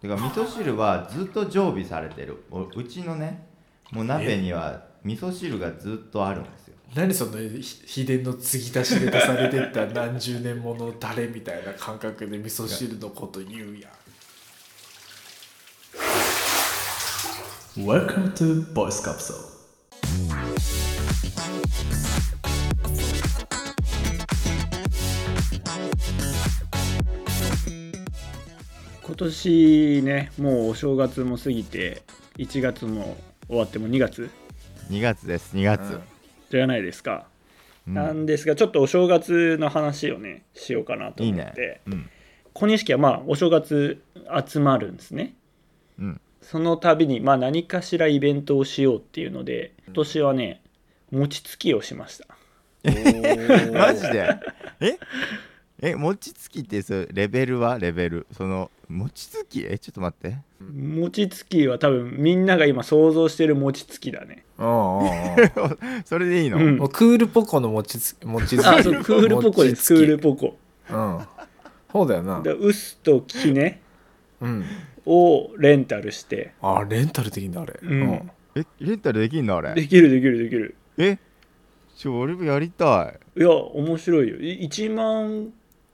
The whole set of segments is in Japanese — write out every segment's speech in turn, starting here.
てか味噌汁はずっと常備されてるおうちのねもう鍋には味噌汁がずっとあるんですよ何そのひ秘伝の継ぎ足しで出されてった何十年ものタレみたいな感覚で味噌汁のこと言うやん Welcome to Voice Capsule. 今年ねもうお正月も過ぎて1月も終わっても2月2月です2月、じゃないですか、うんなんですがちょっとお正月の話をねしようかなといい思ねってうん小錦はまあお正月集まるんですねうんその度にまあ何かしらイベントをしようっていうので今年はね餅つきをしました マジでええ餅つきってそれレベルはレベルその餅つきえちょっと待って餅つきは多分みんなが今想像してる餅つきだねうんうんうん それでいいの、うんもうクールポコの餅つき餅つきあそうクールポコですクールポポココうんそうだよなで臼と木ねうんをレンタルしてあレンタルできんだあれうんえレンタルできんのあでれきるできるできるえちょ俺もやりたいいや面白いよい1万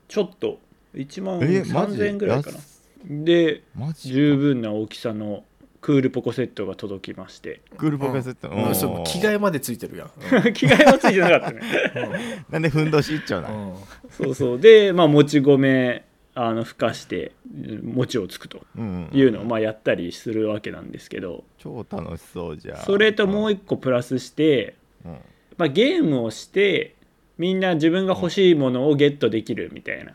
ちょっと1万えマジ3000円ぐらいかな安でマジ十分な大きさのクールポコセットが届きまして クールポケセット、うんうんそうもう着替えまでついてるやん着替えはついてなかったねなんでふんどしいっちゃううの、んうんそうそうでまあもち米あのふかしてうん餅をつくとうんいうのをまあやったりするわけなんですけど超楽しそうじゃんそれともう一個プラスして、うんまあ、ゲームをしてみんな自分が欲しいものをゲットできるみたいな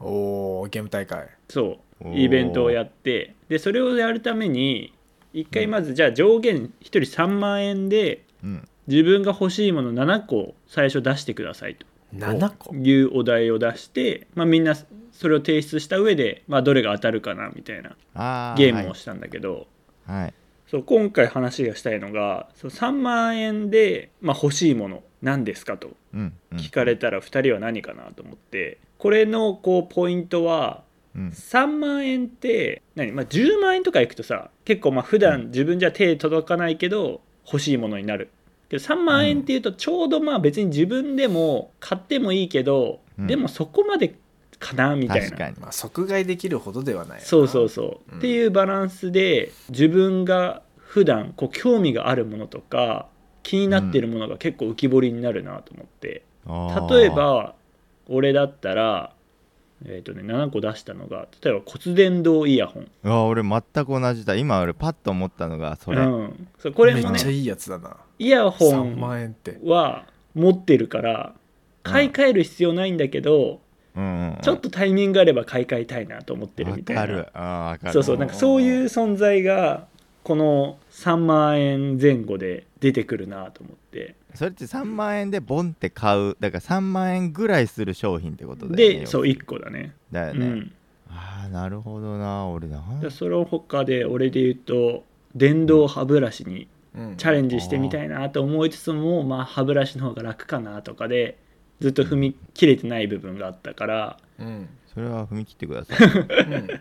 おーゲーム大会そおうーイベントをやってでそれをやるために一回まずじゃあ上限1人3万円でうん自分が欲しいもの7個を最初出してください7個というお題を出して、まあ、みんなそれを提出した上で、まあ、どれが当たるかなみたいなあゲームをしたんだけど、はい、はいそう今回話がしたいのがそう3万円で、まあ、欲しいもの何ですかとうんうん聞かれたら2人は何かなと思ってこれのこうポイントはうん3万円って何、まあ、10万円とかいくとさ結構まあ普段自分じゃ手届かないけど欲しいものになるけど3万円っていうとちょうどまあ別に自分でも買ってもいいけど、うんでもそこまでかなみたい確なかにまあ即買いできるほどではないそうそうそそう、うんっていうバランスで自分が普段こう興味があるものとか気になってるものが結構浮き彫りになるなと思って、あー例えば俺だったらえっ、とね7個出したのが例えば骨伝導イヤホンうわ俺全く同じだ今俺パッと思ったのがそれ、うん、そうこれめもっちゃねいいやつだなイヤホ3ン万円っては持ってるから買い替える必要ないんだけど、うんうん、ちょっとタイミングがあれば買い替えたいなと思ってるわみたかいなるあーわかるそうそうなんかそういう存在がこの3万円前後で出てくるなと思ってそれって3万円でボンって買うだから3万円ぐらいする商品ってことだよねでそう1個だねだようね、んああなるほどな俺なでその他で俺で言うと電動歯ブラシにうんチャレンジしてみたいなと思いつつも、まあ、歯ブラシの方が楽かなとかでずっと踏み切れてない部分があったからうんそれは踏み切ってくだ さいうん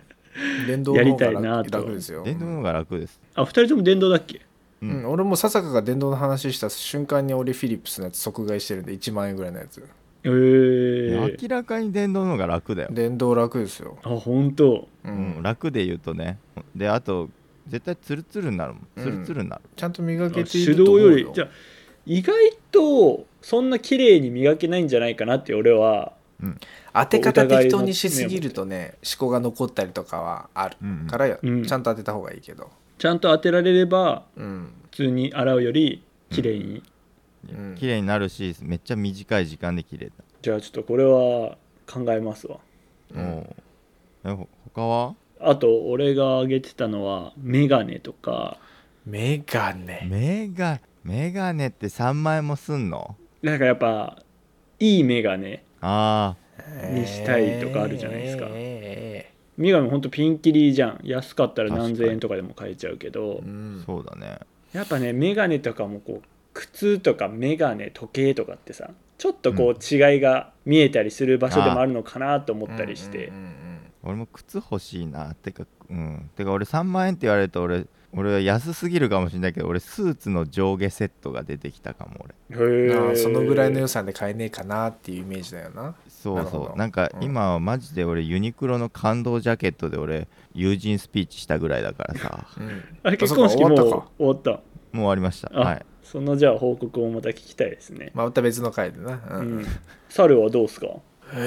電動の方が楽やりたいなと楽ですよ電動の方が楽ですあ二人とも電動だっけううんん、うん俺も笹香が電動の話した瞬間に俺フィリップスのやつ即買いしてるんで1万円ぐらいのやつえー、明らかに電動の方が楽だよ、電動楽ですよあ本当う、うんん、楽で言うとねであと絶対ツルツルになるもんツルツルになる、ちゃんと磨けてい手ると思動うよよりじゃあ意外とそんな綺麗に磨けないんじゃないかなって俺は当て方適当にしすぎるとね思考が残ったりとかはあるうんうんからよ、うんちゃんと当てた方がいいけどちゃんと当てられればうん普通に洗うより綺麗に、うん綺麗になるしめっちゃ短い時間で綺麗だ、じゃあちょっとこれは考えますわううんん、えほ他はあと俺が挙げてたのはメガネとかメガネメガメガネって3万円もすんのなんかやっぱいいメガネあにしたいとかあるじゃないですかえーメガネほんとピンキリじゃん安かったら何千円とかでも買えちゃうけどうあんそうだねやっぱねメガネとかもこう靴とかメガネ時計とかってさちょっとこう違いが見えたりする場所でもあるのかなと思ったりしてうんうんうん俺も靴欲しいなてかうんてか俺3万円って言われると俺俺は安すぎるかもしれないけど俺スーツの上下セットが出てきたかも俺なへあえそのぐらいの予算で買えねえかなっていうイメージだよなそなうるほそどうなんかうん今はマジで俺ユニクロの感動ジャケットで俺友人スピーチしたぐらいだからさうんあれ結婚式もうあ終そうわかった終もわったう終わりましたあはいそのじゃあ報告をまた聞きたいですね、まあまた別の回でな、うんうん、猿はどうですか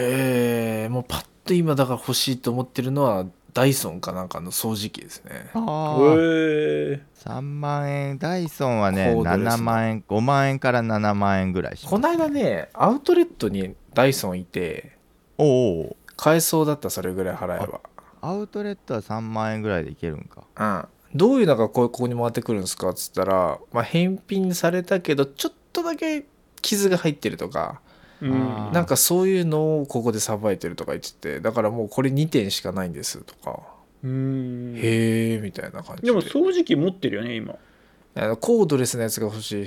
ええもうパッと今だから欲しいと思ってるのはダイソンかなんかの掃除機ですねあーへえ3万円ダイソンはねコードレスの7万円5万円から7万円ぐらいしますこないだねアウトレットにダイソンいておお買えそうだったそれぐらい払えばアウトレットは3万円ぐらいでいけるんかうん、どういうのがこうここに回ってくるんですかっつったら、まあ、返品されたけどちょっとだけ傷が入ってるとかうんなんかそういうのをここでさばいてるとか言っててだからもうこれ2点しかないんですとか、うんでへえみたいな感じでも掃除機持ってるよね今あのコードレスのやつが欲しい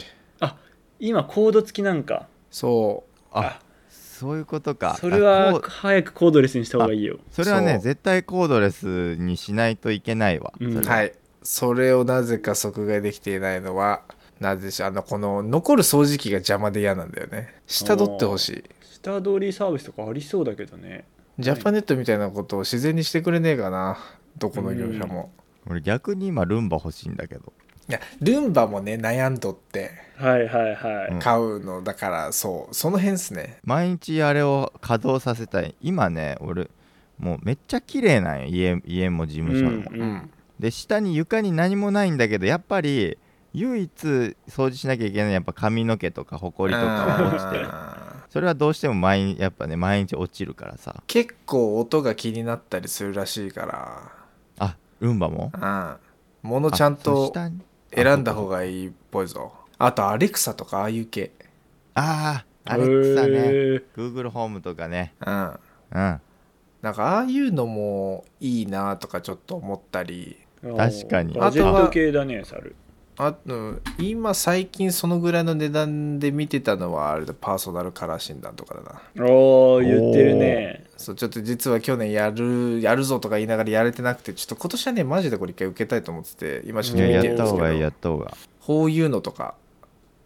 今コード付きなんかそあそういうことかそれあこはう早くコードレスにした方がいいよそれはねそう絶対コードレスにしないといけないわ、うんそれうははいそれをなぜか即買いできていないのはなぜでしょうあのこの残る掃除機が邪魔で嫌なんだよね下取ってほしい下取りサービスとかありそうだけどねジャパネットみたいなことを自然にしてくれねえかなどこの業者も、俺逆に今ルンバ欲しいんだけどいやルンバもね悩んどってはいはいはい、うん買うのだからそうその辺っすね毎日あれを稼働させたい今ね俺もうめっちゃ綺麗なんよ家家も事務所も、うんで下に床に何もないんだけどやっぱり唯一掃除しなきゃいけないのはやっぱ髪の毛とかほこりとかは落ちてるあーそれはどうしても毎やっぱね毎日落ちるからさ結構音が気になったりするらしいかあルンバもらうん物ちゃんあそのと下に選んだ方がいいっぽいぞあとアレクサとかああいう系ああアレクサねへえ Google ホームとかねうんうんなんかああいうのもいいなとかちょっと思ったり確かにバジェあッとトは系だね猿あうん今最近そのぐらいの値段で見てたのはあれだパーソナルカラー診断とかだなおお言ってるねそうちょっと実は去年やるやるぞとか言いながらやれてなくてちょっと今年はねマジでこれ一回受けたいと思ってて今ちょっいとや見てるやっんでたす方けがいいやどった方がこういうのとか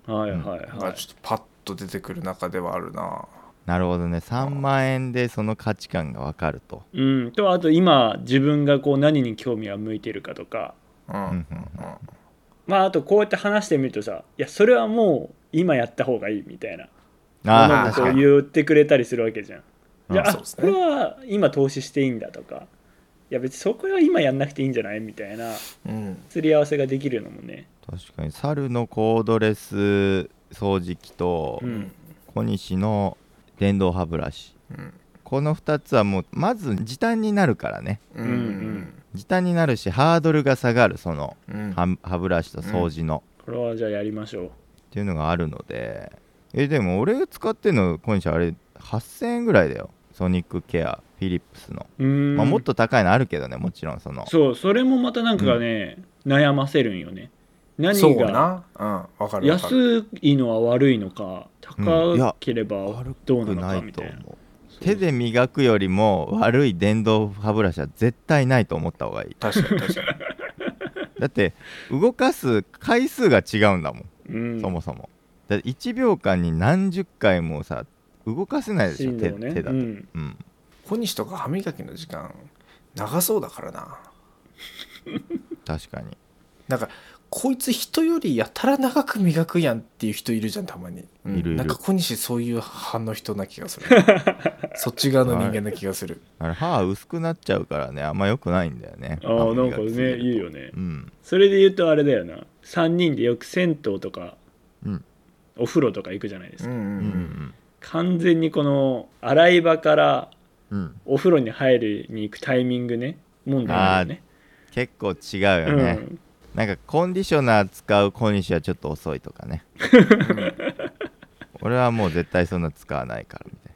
はいはいはがいちょっとパッと出てくる中ではあるな、なるほどね3万円でその価値観が分かるとうん、とあと今自分がこう何に興味が向いてるかとかうんうんまああとこうやって話してみるとさいやそれはもう今やった方がいいみたいなあもあのも確こかうに言ってくれたりするわけじゃん。うんじゃあ,、そうですこねれは今投資していいんだとかいや別にそこは今やんなくていいんじゃないみたいなうんすり合わせができるのもね。確かに猿のコードレス掃除機とうん小西の電動歯ブラシうんこの2つはもうまず時短になるからねうんうん時短になるしハードルが下がるそのうん歯歯ブラシと掃除の、これはじゃあやりましょっていうのがあるのでえでも俺が使ってんの今週あれ8000円ぐらいだよソニックケアフィリップスの、う。うーんまあ、もっと高いのあるけどねもちろんそのそうそれもまたなんかがね、悩ませるんよね。何そうがなうんわかるわかる安いのは悪いのかうんい高やければ悪どうくなのなかいみとたい思な。う手で磨くよりも悪い電動歯ブラシは絶対ないと思った方がいい確かに 確かにだって動かす回数が違うんだもん、うん、そもそもだって1秒間に何十回もさ動かせないでしょ、振手動ね手だうと、んうん小西とか歯磨きの時間長そうだからな確かになんかこいつ人よりやたら長く磨くやんっていう人いるじゃんたまに、うんいるいるなんか小西そういう派の人な気がするそっち側の人間な気がする、あれ歯薄くなっちゃうからねあんま良くないんだよねあー歯なん磨かきすねるといいよねうんそれで言うとあれだよな3人でよく銭湯とか、うんお風呂とか行くじゃないですうか、んうんうんうん完全にこの洗い場からうんお風呂に入るに行くタイミングね問題だよね結構違うよね、うん、なんかコンディショナー使う小西はちょっと遅いとかね俺はもう絶対そんな使わないからみたい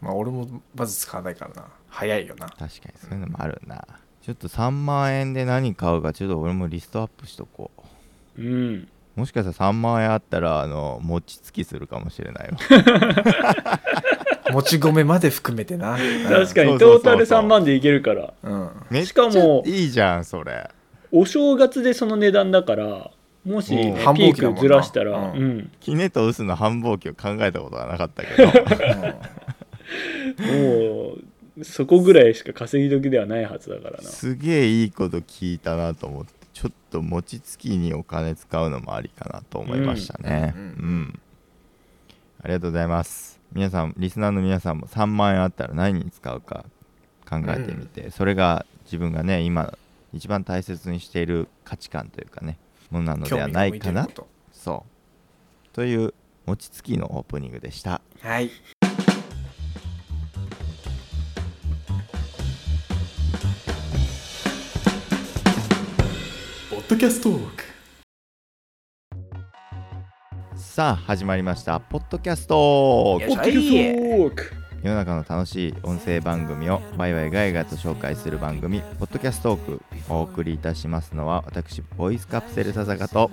まあ俺もまず使わないからな早いよなな確かにそういうのもあるなちょっと3万円で何買うかちょっと俺もリストアップしとこううん、もしかしたら3万円あったらあの餅つきするかもしれないわもち米まで含めてな確かうにんそうそうそうトそうータル3万でいけるからうんめっしちかもゃいいじゃんそれお正月でその値段だからもし、ねうん繁ピ忙期だもんーなクずらしたら、ううんキネとウスの繁忙期を考えたことはなかったけど もうそこぐらいしか稼ぎ時ではないはずだからなすげえいいこと聞いたなと思ってちょっと餅つきにお金使うのもありかなと思いましたねううんん、ありがとうございます皆さんリスナーの皆さんも3万円あったら何に使うか考えてみて、それが自分がね今一番大切にしている価値観というかねものなのではないかなとそうという餅つきのオープニングでしたはいポッドキャストトークさあ始まりましたポッドキャストよいしょーク世の中の楽しい音声番組をワイワイガイガイと紹介する番組「ポッドキャストトーク」お送りいたしますのは私ボイスカプセル笹香と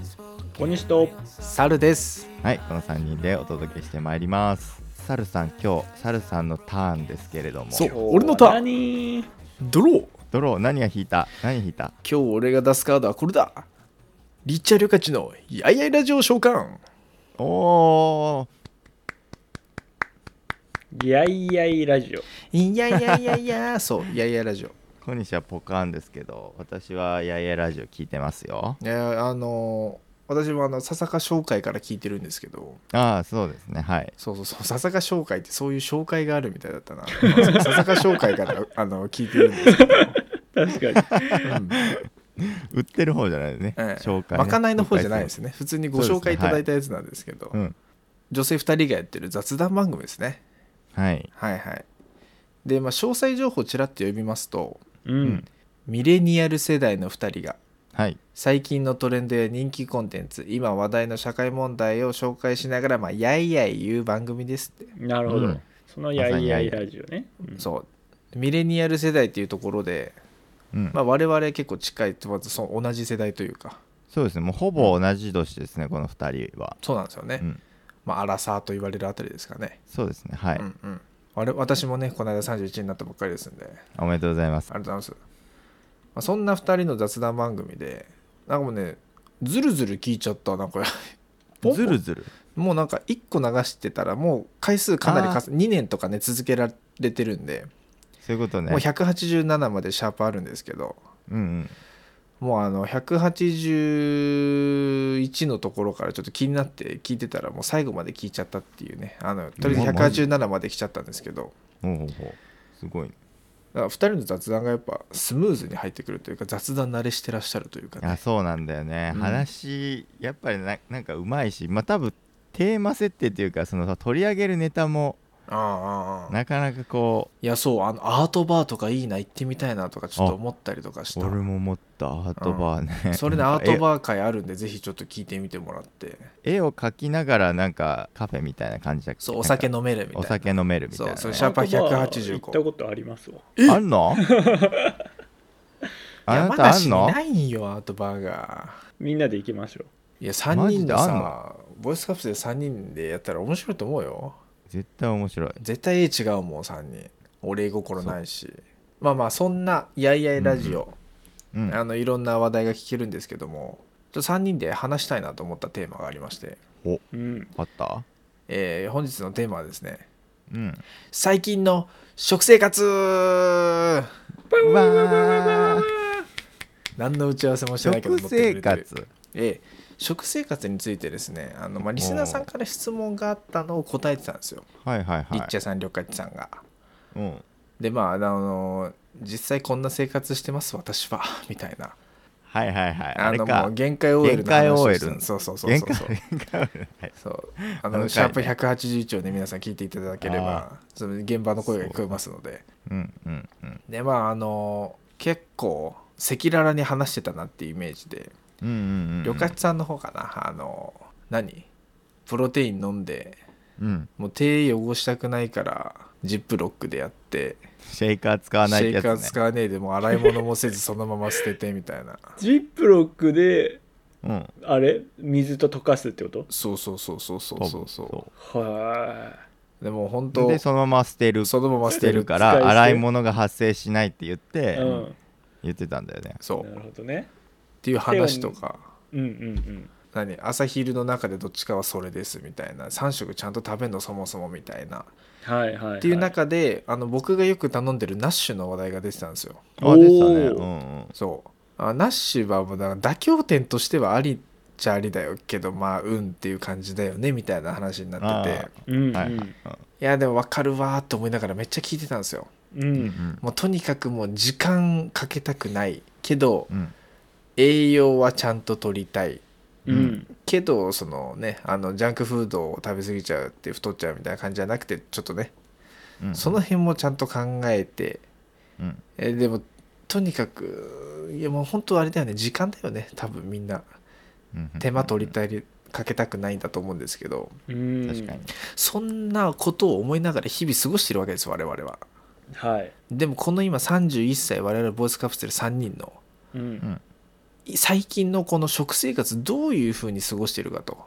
小西と猿ですはいこの3人でお届けしてまいりますサルさん今日サルさんのターンですけれどもそう俺のターン何ドロー今ドロー何が引いた何引いた日俺が出すカードはこれだリッチャー・リョカチのやいやいラジオ召喚おーいやいやいラジオいやいやいやいや そうやいやいラジオ小西はポカーンですけど私はややラジオ聞いてますよいやあの私もあの笹香紹介から聞いてるんですけどああそうですねはいそうそうそう笹香紹介ってそういう紹介があるみたいだったな 笹香紹介から あの聞いてるんですけど、確かうん売ってる方じゃないですね、ええ紹介ねまかないの方じゃないですね普通にご紹介いただいたやつなんですけどうん女性2人がやってる雑談番組ですねはいはいはいで、まあ、詳細情報をちらっと読みますと にうんミレニアル世代の2人がはい最近のトレンドや人気コンテンツ今話題の社会問題を紹介しながら、まあ、やいやい言う番組ですってなるほど、うんそのやいやいラジオね、うんそうミレニアル世代っていうところで、うんまあ、我々結構近いまずその同じ世代というかそうですねもうほぼ同じ年ですねこの2人は、そうなんですよね、うん、まあアラサーと言われるあたりですかね、そうですねはい、うんうんあれ私もねこの間31になったばっかりですんであおりめでとうございますがとうございます、まあ、そんな2人の雑談番組でなんかもうねずるずる聞いちゃったなんか ポンポンずるずるもうなんか1個流してたらもう回数かなりか2年とかね続けられてるんで、そういうことねもう187までシャープあるんですけどうんうんもうあの181のところからちょっと気になって聞いてたらもう最後まで聞いちゃったっていうねあのとりあえずうわマジ187まで来ちゃったんですけどほうほうほうすごい、ね、だから2人の雑談がやっぱスムーズに入ってくるというか雑談慣れしてらっしゃるというかあねそうなんだよね、うん話やっぱりななんかうまいしまあ多分テーマ設定っていうかその取り上げるネタもああああああなかなかこいやそうあのアートバーとかいいな行ってみたいなとかちょっと思ったりとかしうた俺も持ったアートバーね、それでアートバー会あるんでぜひちょっと聞いてみてもらって 絵を描きながらなんかカフェみたいな感じだっけそうお酒飲めるみたいなお酒飲めるみたいなね、そうそれシャープ185行ったことありますわあん のあな山たあん梨にのないよアートバーがみんなで行きましょいや3人でマジであんさボイスカプセル3人でやったら面白いと思うよ絶対面白い絶対絵違うもん3人お礼心ないしまあまあそんな「やいやいラジオ」うんあのいろんな話題が聞けるんですけどもちょっと3人で話したいなと思ったテーマがありまして、ううんあったえー本日のテーマはですねうん最近の食生活うわー何の打ち合わせもしてないけど食乗ってく生れてる活ええ食生活についてですねあの、まあ、リスナーさんから質問があったのを答えてたんですよ、はいはいはいリッチャーさんリョカチさんが。うんでまああの実際こんな生活してます私は みたいなはいはいはいああれのもかう限界 OL の話をしてた限界 OL そうそうそう限そう界そう限界はないそうああの回のねシャープ181をね皆さん聞いていただければその現場の声が聞こえますのでうんうんうんでまああの結構赤裸々に話してたなっていうイメージでうんうんうん旅客さんの方かなあの何プロテイン飲んでうんもう手汚したくないからジップロックでやってシェイカー使わシないっェてやイカーつね使わねえでもう洗い物もせずそのまま捨ててみたいなジップロックでうんあれ水と溶かすってことそうそうそうそうそうそうそはうでも本それ当でそのまま捨てるそのまま捨捨ててるるか使い捨らて洗い物が発生しないって言っいて、うん言ってたんだよねそうっなるほどねていう話とかうんうん何朝昼の中でどっちかはそれですみたいな3食ちゃんと食べんのそもそもみたいなうんはいはい、はい、っていう中であの僕がよく頼んでるナッシュの話題が出てたんですよおあーでしたねうんうんそうあナッシュはもうだから妥協点としてはありっちゃありだよけどまあうんっていう感じだよねみたいな話になっててあうんうん、はいはいいやでも分かるわーと思いながらめっちゃ聞いてたんですよううんうんんもうとにかくもう時間かけたくないけどうん栄養はちゃんと取りたいうんけどそのねあのジャンクフードを食べ過ぎちゃうって太っちゃうみたいな感じじゃなくてちょっとねうんその辺もちゃんと考えてうんえーでもとにかくいやもう本当あれだよね時間だよね多分みんなうん手間取りたいかけたくないんだと思うんですけどうん確かにそんなことを思いながら日々過ごしてるわけです我々ははいでもこの今31歳我々ボイスカプセル3人のうんんい最近のこの食生活どういうふうに過ごしてるかと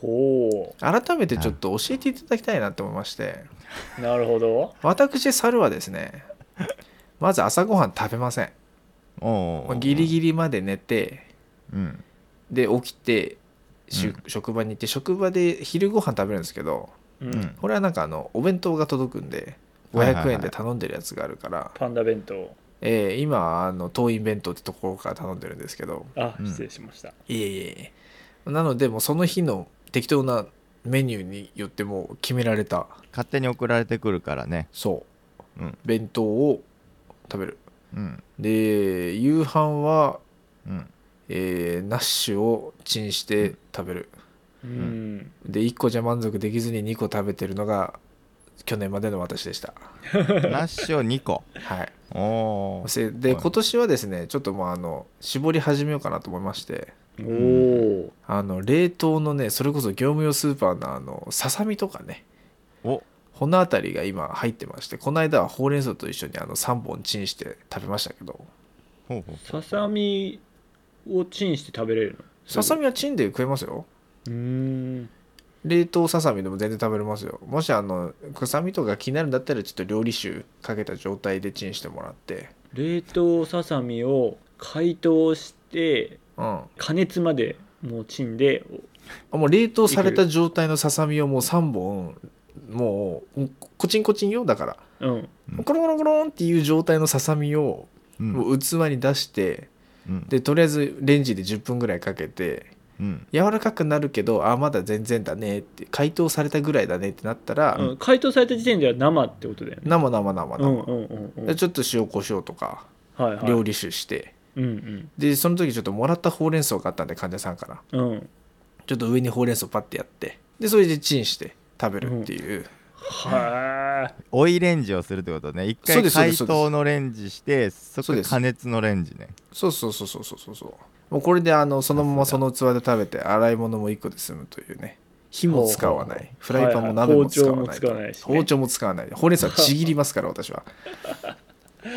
ほ改めてちょっと教えていただきたいなと思いましてうなるほど私猿はですねまず朝ごはん食べませんおうおうおうギリギリまで寝てうんで起きてしゅうん職場に行って職場で昼ご飯食べるんですけどううんんこれはなんかあのお弁当が届くんではいはいは500い円で頼んでるやつがあるから、パンダ弁当えー今はあの東院弁当ってところから頼んでるんですけどあうん失礼しました、いえいえいえなのでもうその日の適当なメニューによってもう決められた勝手に送られてくるからねそう、うん弁当を食べるうんで夕飯は、うんえーナッシュをチンして食べる、うんで1個じゃ満足できずに2個食べてるのが去年までの私でしたナッシュを2個 はいおおせではい今年はですねちょっともうあの絞り始めようかなと思いましておんおあの冷凍のねそれこそ業務用スーパーのあのささみとかねおこの辺りが今入ってましてこの間はほうれん草と一緒にあの3本チンして食べましたけどほうほうささみをチンして食べれるのささみはチンで食えますようーん冷凍ささみでも全然食べれますよもしあの臭みとか気になるんだったらちょっと料理酒かけた状態でチンしてもらって冷凍ささみを解凍してうんあ加熱までもうチンでもう冷凍された状態のささみをもう3本もうコチンコチンよだからうんうんコロンコロンコロンっていう状態のささみをうんもう器に出してうんでとりあえずレンジで10分ぐらいかけてうん柔らかくなるけどあまだ全然だねって解凍されたぐらいだねってなったら、うん解凍された時点では生ってことだよね生生生うん生、うんうんうんでちょっと塩コショウとかはいはい料理酒して、うんでその時ちょっともらったほうれん草があったんで患者さんからうんうんちょっと上にほうれん草パッてやってでそれでチンして食べるっていう、は追いレンジをするってことね一そ回うですそうで解す凍のレンジしてそこそからうです加熱のレンジねそうそうそうそうそうそうそうもうこれであのそのままその器で食べて洗い物も1個で済むというね火も使わないフライパンも鍋も使わない,、はいはい包丁も使わないしね包丁も使わないほうれん草はちぎります から私は、うんい、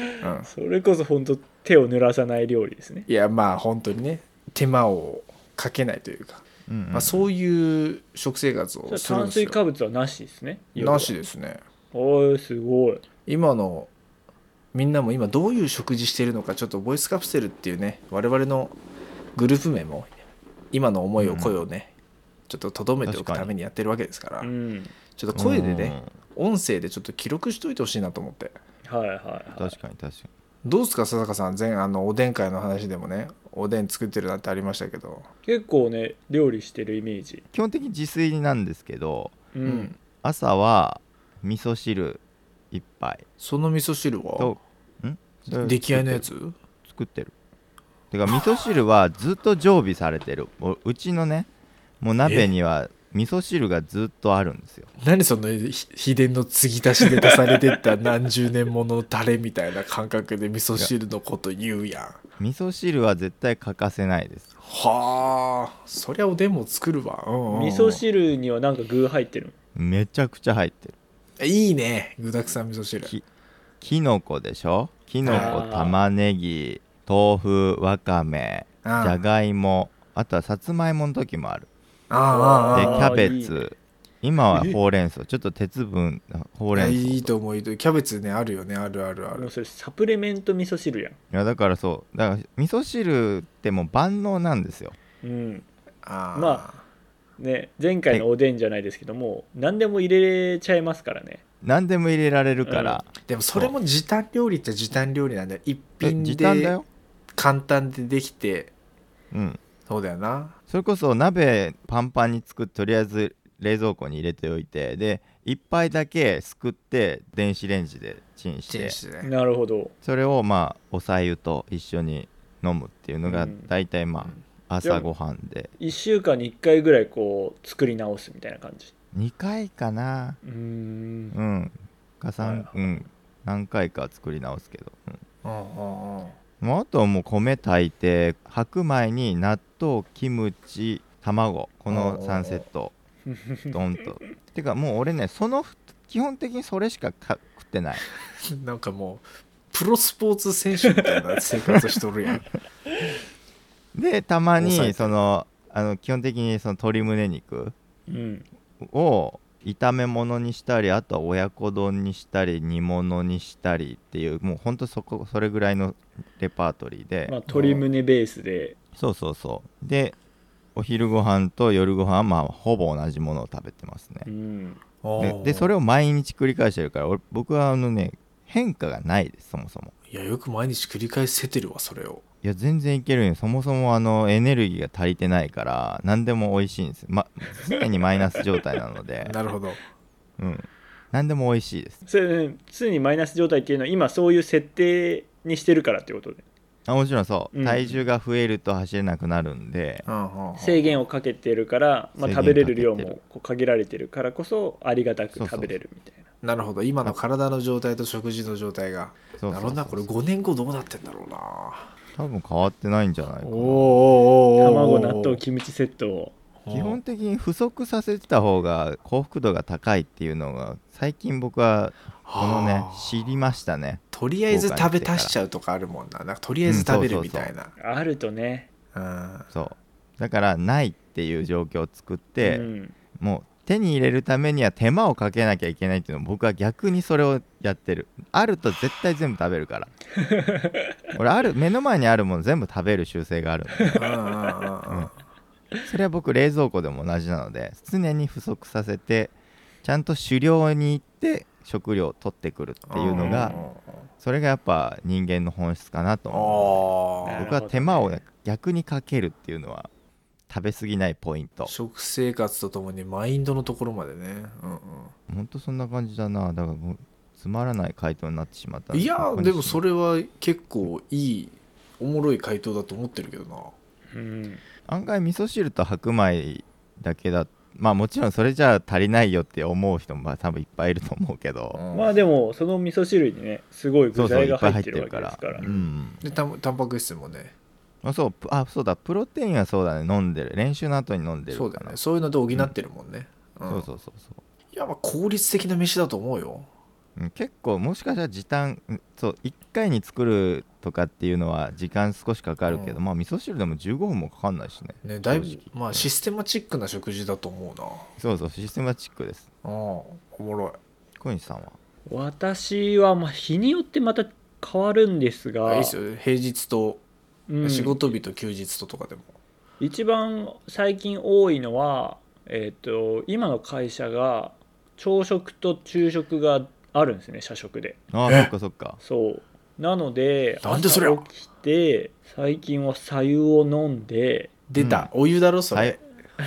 それこそ本当手を濡らさない料理ですねいやまあ本当にね手間をかけないというか、うんうんまあ、そういう食生活それをはするん炭です水よ化物はなしですね要はなしですねおーすごい今のみんなも今どういう食事してるのかちょっとボイスカプセルっていうね我々のグループ名も今の思いをうん声をね、ちょっととどめてお確くかにためにやってるわけですからうんちょっと声でね、音声でちょっと記録しといてほしいなと思ってはいはういんはい確かに確かどうですか佐坂さん前あのおでん会の話でもねおでん作ってるなんてありましたけど結構ね料理してるイメージに基本的に自炊なんですけどう、うん朝は味噌汁一杯その味噌汁はとんそれ出来合いのやつ作ってるてか味噌汁はずっと常備されてるおうちのねもう鍋には味噌汁がずっとあるんですよ何そのひ秘伝の継ぎ足しで出されてった何十年ものタレみたいな感覚で味噌汁のこと言うやん味噌汁は絶対欠かせないですはあそりゃおでんも作るわ、うんうんうん味噌汁にはなんか具入ってるめちゃくちゃ入ってるいいね具沢山味噌汁ききのこでしょきのあこー玉ねぎ豆腐わかめじあゃがいもあとはさつまいもの時もあるああでキああああャベいいねツ今はえほうれん草ちょっと鉄分ほういれやん草いいと思ういいと思うキャベツねあるよねあるあるあもうるそれサプリメント味噌汁やいやだからそうだから味噌汁ってもう万能なんですよん、うんああまね、前回のおでんじゃないですけども何でも入れちゃいますからね何でも入れられるから、でもそれも時短料理っちゃ時短料理なんだよ一え品時短だでよ、簡単でできてうん、そうだよなそれこそ鍋パンパンに作ってとりあえず冷蔵庫に入れておいてで一杯だけすくって電子レンジでチンしチてンしてねなるほどそれをまあおさゆと一緒に飲むっていうのうがん大体まあ朝ごはんで1週間に1回ぐらいこう作り直すみたいな感じ2回かなうーんうんかさんはうん何回か作り直すけど、うんうんうんうんもうあとはもう米炊いて白米に納豆キムチ卵この3セットドンとてかもう俺ねそのふ基本的にそれしかか食ってない なんかもうプロスポーツ選手みたいな生活し とるやんでたま抑えにてそのあの基本的にその鶏胸肉うんを炒め物にしたりあとは親子丼にしたり煮物にしたりっていうもうほんとそこそれぐらいのレパートリーで、まあ鶏胸ベースでそうそうそうでお昼ご飯と夜ご飯はまあほぼ同じものを食べてますうね、んででそれれを毎日繰り返してるから俺僕はあのね変化がないですそもそもいやよく毎日繰り返せてるわ それをいや全然いけるんよそもそもあのエネルギーが足りてないから何でも美味しいんです、ま、常にマイナス状態なので なるほどうん何でも美味しいですそれ、ね、常にマイナス状態っていうのは今そういう設定にしてるからってことであもちろんそう、うん体重が増えると走れなくなるんでうんうんうん制限をかけてるから、まあ、制限食べれる量かけてもこう限られてるからこそありがたくそうそう食べれるみたいななるほど今の体の状態と食事の状態がそうそうそうなるほどなこれ5年後どうなってんだろうな多分変わってないんじゃないかなお卵納豆キムチセットを基本的に不足させてた方が幸福度が高いっていうのが最近僕はこのね知りましたねとりあえず食べ足しちゃうとかあるもんななんかとりあえず食べるみたいなあるとね、うんそうだからないっていう状況を作って、うん、もう手に入れるためには手間をかけなきゃいけないっていうの僕は逆にそれをやってるあると絶対全部食べるから 俺ある目の前にあるもの全部食べる習性があるのうんうんうんうんうんそれは僕冷蔵庫でも同じなので常に不足させてちゃんと狩猟に行って食料を取ってくるっていうのが、んんそれがやっぱ人間の本質かなと思うんうあなあるほ僕どは手間を逆にかけるっていうのは食べ過ぎないポイント食生活とともにマインドのところまでね、うんほんとそんな感じだなだからもうつまらない回答になってしまったうん、いやーでもそれれは結構いいおもろい回答だと思ってるけどなうん、案外味噌汁と白米だけだまあもちろんそれじゃ足りないよって思う人もまあ多分いっぱいいると思うけど、まあでもその味噌汁にねすごいそう具そう材いがっぱい入入っっててるわるけかでらすからうんでたんタンパク質もねあそうプあそうだプロテインはそうだね飲んでる練習の後に飲んでるそうだかよらねそういうので補ってるもんね、うんそうそうそうそういやまあ効率的な飯だと思うようん結構もしかしたら時短うんそう1回に作るとかっていうのは時間少しかかるけど、うんまあ味噌汁でも15分もかかんないしねねだいぶ正直まあシステマチックな食事だと思うなそうそうシステマチックですうんおもろい小西さんは私はまあ日によってまた変わるんですあがいいっすよ平日とうん仕事日と休日ととかでも、一番最近多いのは、えっと今の会社が朝食と昼食があるんですね社食でああそえっかそっかそうなのでなんでそりゃ朝起きて最近は白湯を飲んで出た、お湯だろそはれい、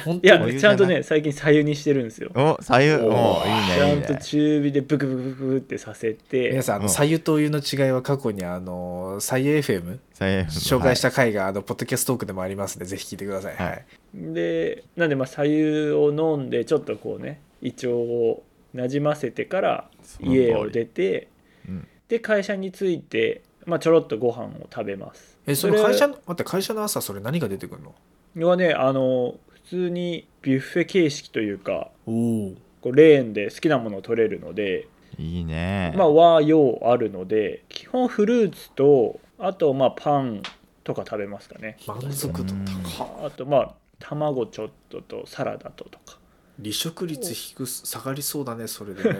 本い当にやお湯ちじゃゃないんとね最近白湯にしてるんですよお左右おーおーちいゃいねいんいとね中火でブクブクブクブクってさせて皆さん、あの、うん左右と湯の違いは過去に、あの、左右 FM 左右紹介しはた回が、あの、ポッドキャストトークでもありますので、ぜひ聞いてください。ははいい。でなんでまあ白湯を飲んでちょっとこうね胃腸をなじませてからその通り家を出ていうんで会社に着いて、まあ、ちょろっとご飯を食べますえ、それ会社その、待って、会社の朝、それ何が出てくるのれはねあの普通にビュッフェ形式というかおお。こうレーンで好きなものを取れるので、いいねまあ、和洋あるので基本フルーツとあとまあパンとか食べますかね満足度高あとまあ卵ちょっととサラダととか離職率低す下がりそうだねそれ でね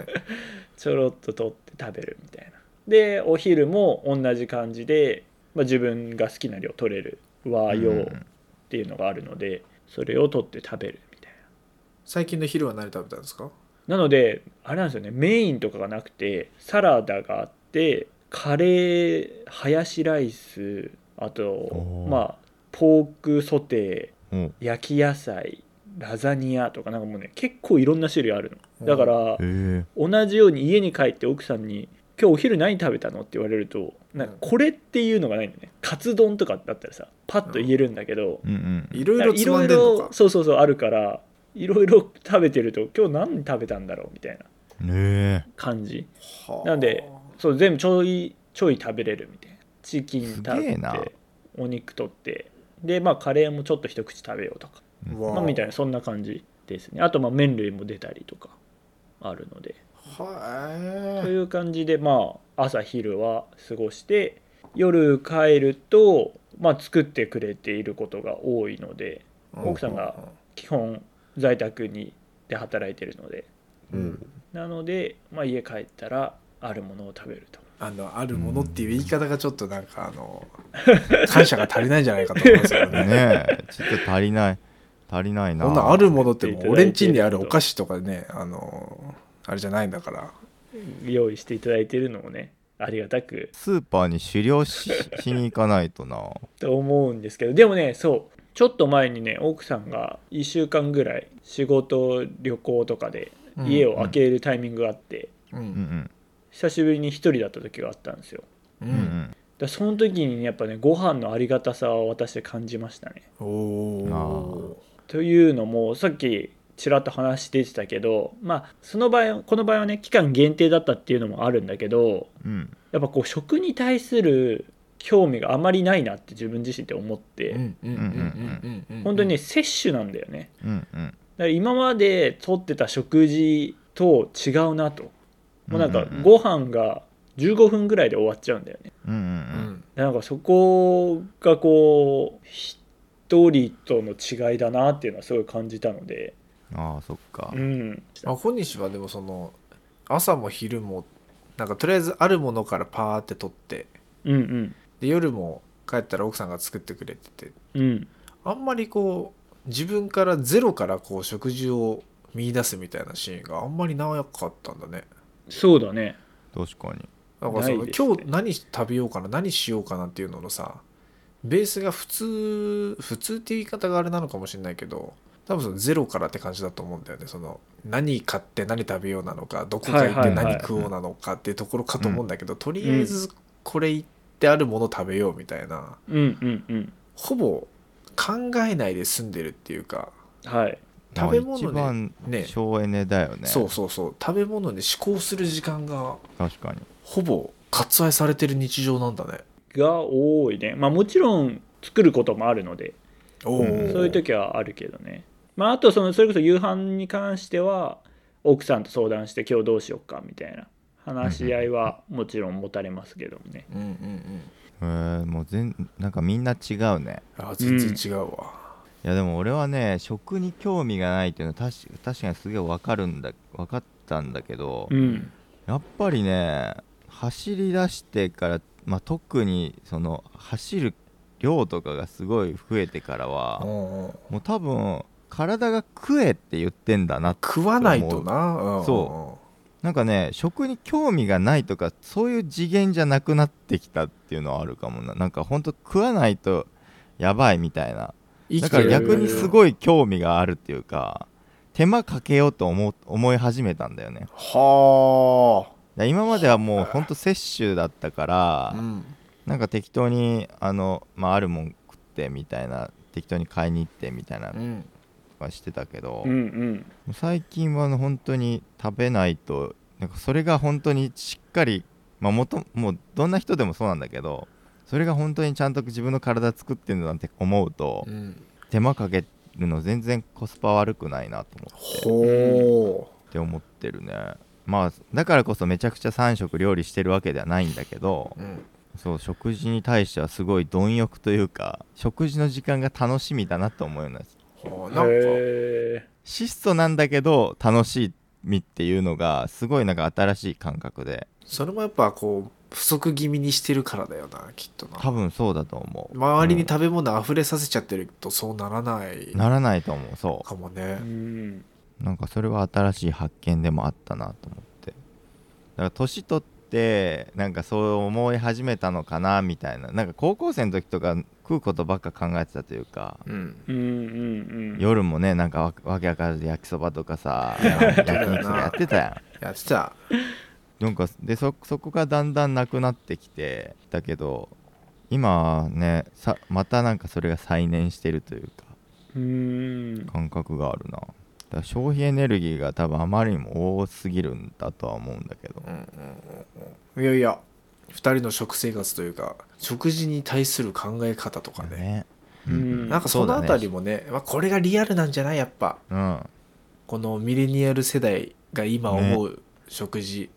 ちょろっと取って食べるみたいなでお昼も同じ感じで、まあ、自分が好きな量取れる和う洋っんていうのがあるので、それを取って食べるみたい最近の昼は何食べたんですかななのであれなんですよねメインとかがなくてサラダがあってカレーハヤシライスあとおーまあポークソテうんー焼き野菜ラザニアとかなんかもうね結構いろんな種類あるのだからへえ同じように家に帰って奥さんに「今日お昼何食べたの?」って言われるとなんかこれっていうのがないんだよねカツ丼とかだったらさパッと言えるんだけどうんうんいろいろいつろまいんでるのろかそうそうそうあるからいろいろ食べてると今日何食べたんだろうみたいなね感じはあなんでそう全部ちょいちょい食べれるみたいなチキン食すげべえなてお肉取ってでまあカレーもちょっと一口食べようとか、えうわまあ、みたいなそんな感じですねあとまあ麺類も出たりとかあるのではとえいう感じでまあ朝昼は過ごして夜帰ると、まあ、作ってくれていることが多いので奥さんが基本在宅にで働いてるのでうんなので、まあ、家帰ったらあるものを食べるとあのあるものっていう言い方がちょっとなんかあ の感謝が足りないんじゃないかと思いますけどねねえちょっと足りない足りないなこんなあるものってもう作っていただいて俺んちにあるお菓子とかねあのあれじゃないんだから用意していただいているのをねありがたくスーパーに狩猟ししに行かないとなと思うんですけどでもねそうちょっと前にね奥さんが1週間ぐらい仕事旅行とかで家を空けるタイミングがあって、ううんん久しぶりに一人だった時があったんですよううんうんんだその時にねやっぱねご飯のありがたさを私は感じましたねおおというのもさっきちらっと話出てたけどまあその場合この場合はね期間限定だったっていうのもあるんだけどうんうんやっぱこう食に対する興味があまりないなって自分自身で思って、うんうんうんうんうん本当にね摂取なんだよねうんうんだから今までとってた食事と違うなともうなんかうんうんご飯が15分ぐらいで終わっちゃうんだよねうんううんんなんかそこがこう一人との違いだなっていうのはすごい感じたのでうんああそっかうんまあ小西はでもその朝も昼もなんかとりあえずあるものからパーって取ってうんうんで夜も帰ったら奥さんが作ってくれててうんあんまりこう自分からゼロからこう食事を見出すみたいなシーンがあんまり長かったんだねそうだね確かにだからそなの、いですね今日何食べようかな何しようかなっていうののさベースが普通普通っていう言い方があれなのかもしれないけど多分そのゼロからって感じだと思うんだよねその何買って何食べようなのかどこか行っはていはいはい何食おうなのかっていうところかと思うんだけど、とりあえずこれ行ってあるもの食べようみたいなうんうんうんほぼ考えないで済んでるっていうかはい食べ物一番ね省エネだよねそうそうそう食べ物に思考する時間が確かにほぼ割愛されてる日常なんだねが多いねまあもちろん作ることもあるのでおーそういう時はあるけどねまああとそのそれこそ夕飯に関しては奥さんと相談して今日どうしようかみたいな話し合いはもちろん持たれますけどもねうんうんうんえー、もう全なんかみんな違うねあ全然違うわ、いやでも俺はね食に興味がないっていうのは確確かにすげえ分かるんだ分かったんだけど、うんやっぱりね走り出してから、まあ、特にその走る量とかがすごい増えてからは、うんうんもう多分体が食えって言ってんだな食わないとな、うんうん、そなんかね食に興味がないとかそういう次元じゃなくなってきたっていうのはあるかもななんかほんと食わないとやばいみたいな生だきかてらる逆にすごい興味があるっていうか手間かけようと思う思い始めたんだよねだかはら今まではもうほんと摂取だったからあ、うん、なんか適当にあの、まあ、あるもん食ってみたいな適当に買いに行ってみたいなうのん、はしてたけど、うんうん最近はね本当に食べないとなんかそれが本当にしっかり、まあ、もともうどんな人でもそうなんだけどそれが本当にちゃんと自分の体作ってるんだって思うとうん、手間かけるの全然コスパ悪くないなと思ってほって思ってるねまあだからこそめちゃくちゃ3食料理してるわけではないんだけどう、うんそう食事に対してはすごい貪欲というか食事の時間が楽しみだなと思うようになったあなんかへ質素なんだけど楽しみっていうのがすごいなんか新しい感覚でそれもやっぱこう不足気味にしてるからだよなきっとな多分そうだと思う周りにた食べ物溢れさせちゃってるとそうならないならないと思うそかもーねうんうなんかそれは新しい発見でもあったなと思ってだから年取ってなんかそう思い始めたのかなみたいななんか高校生の時とか食うことばっか考えてたというかうんうんうんうん夜もねなんかわわけわからず焼きそばとかさ焼き肉 とかやってたやんやってたなんかでそそこがだんだんなくなってきてだけど今はねさまたなんかそれが再燃してるというかうん感覚があるなだから消費エネルギーが多分あまりにも多すぎるんだとは思うんだけどうんうんうんうんいやいや2人の食生活というか食事に対する考え方とかねねううんんなんかそのあたりもねまあ、これがリアルなんじゃないやっぱうんこのミレニアル世代が今思う食事、うん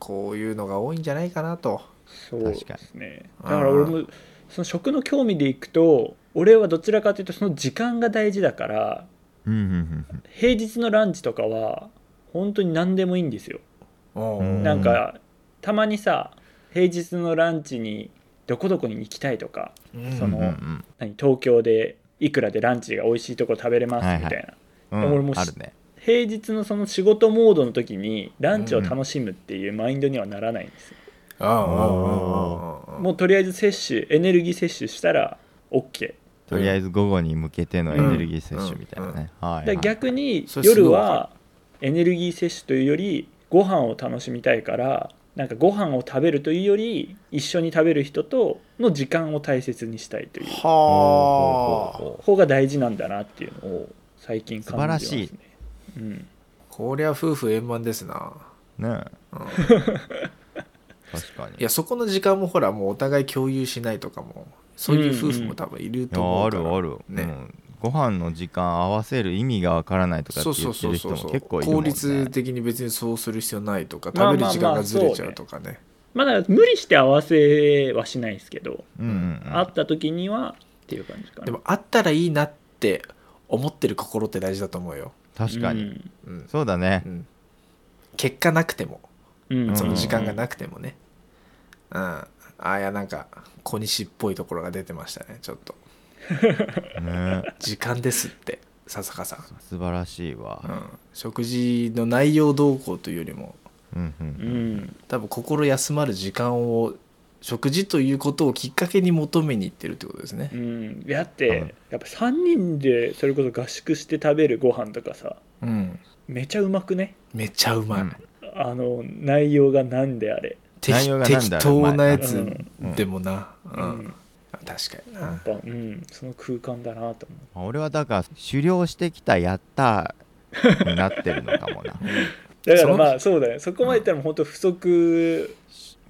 こういうのが多いんじゃないかなとそうですね確かにだから俺もその食の興味でいくと俺はどちらかというとその時間が大事だからうんうん平日のランチとかは本当に何でもいいんですようんなんかたまにさ平日のランチにどこどこに行きたいとかうんうそんのうんうん何東京でいくらでランチが美味しいとこ食べれますみはいたはいいな、うん俺もしあるね平日のその仕事モードの時にランチを楽しむっていうマインドにはならないんですよ、ああああああもうとりあえず摂取エネルギー摂取したら OK とりあえず午後に向けてのエネルギー摂取みたいなね、はいはでい逆にそれすごい夜はエネルギー摂取というよりご飯を楽しみたいからなんかご飯を食べるというより一緒に食べる人との時間を大切にしたいというほうほうはあほうほう方が大事なんだなっていうのを最近感じます、ね、素晴らしうん、こりゃ夫婦円満ですな ねえうん確かにいやそこの時間もほらもうお互い共有しないとかもそういう夫婦も多分いるいやと思あうから、るある、ねうん、ご飯の時間合わせる意味がわからないとかってそう言そうってそうる人もそうそう結構いるも効んね率的に別にそうする必要ないとかまあ食まあべる時間がずれちゃうとかね、まあだから無理して合わせはしないですけど、うんうんうん会った時にはっていう感じかなでもあったらいいなって思ってる心って大事だと思うよ、確かに、うんうんそうだねう、ん、結果なくてもうんその時間がなくてもねうん、ああいやなんか小西っぽいところが出てましたねちょっとね時間ですって笹香さん、素晴らしいわう、ん、食事の内容動向というよりもうんううんん多分心休まる時間を食事ということをきっかけに求めにいってるってことですねう、ん、だっうんてやっぱ3人でそれこそ合宿して食べるご飯とかさうん、めちゃうまくねめっちゃうまい、うんあの内容が何であれ、適内容がなん適だろう当なやうつんでもな、ううんん確かにやなっぱ、うん、その空間だなと思まあ俺はだから狩猟してきたやったーになってるのかもなうだかそのらまあそうだねそこまでいったらもう本当不足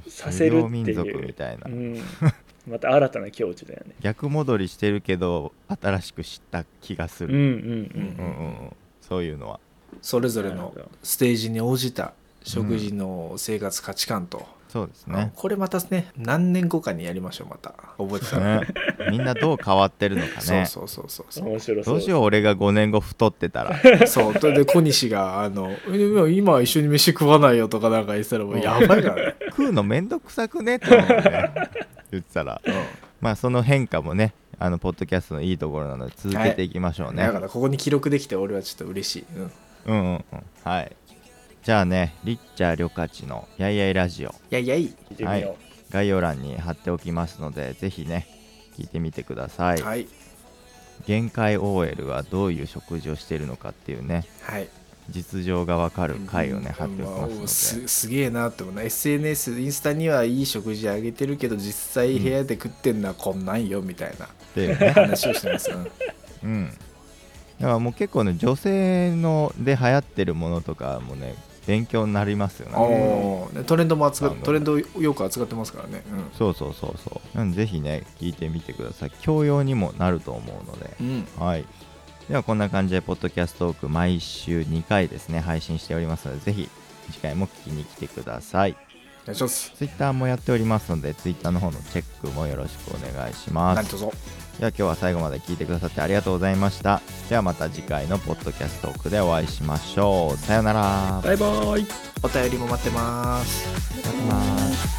させ狩猟るっ民て族いみう、たいな、うん、また新たな境地だよね逆戻りしてるけど新しく知った気がすうんる、うんうんうんうんうん、そういうのはそれぞれなるのほどステージに応じた食事の生活価値観と、そうですねこれまたね何年後かにやりましょうまた覚えてたら、ねみんなどう変わってるのかそうねそうそうそうそう面白そどううしよう俺が5年後太ってたらそうそれで小西があの えでも今一緒に飯食わないよとかなんか言ってたらもうやばいからね、食うのめんどくさくねって思うね言ってたらまあその変化もねあのポッドキャストのいいところなので続けていきましょう、うん ね、だからここに記録できて俺はちょっと嬉しい、ううん、んうんうんはいじゃあねリッチャー・リョカチの「やいやいラジオやいやい聞いてみよう概要欄に貼っておきますのでぜひね聞いてみてください、はい限界 OL はどういう食事をしているのかっていうねはい実情がわかる回をね貼っておきまあおますのですすげえなって思うな SNS インスタにはいい食事あげてるけど実際部屋で食ってんのはこんなんよみたいなっていうね話をしてます、うんうんだからもう結構ね女性ので流行ってるものとかもね勉強になりますよねおートレンドも扱あのトレンドをよく扱ってますからね、そうそうそうそうなんでぜひね聞いてみてください教養にもなると思うのでうんはいではこんな感じでポッドキャストトーク毎週2回ですね配信しておりますのでぜひ次回も聞きに来てくださいお願いします。ツイッターもやっておりますので、ツイッターの方のチェックもよろしくお願いしま何す。卒ぞ。では今日は最後まで聞いてくださってありがとうございました。ではまた次回のポッドキャストトークでお会いしましょう。さよなら。バイバイお便りも待ってます。待ってます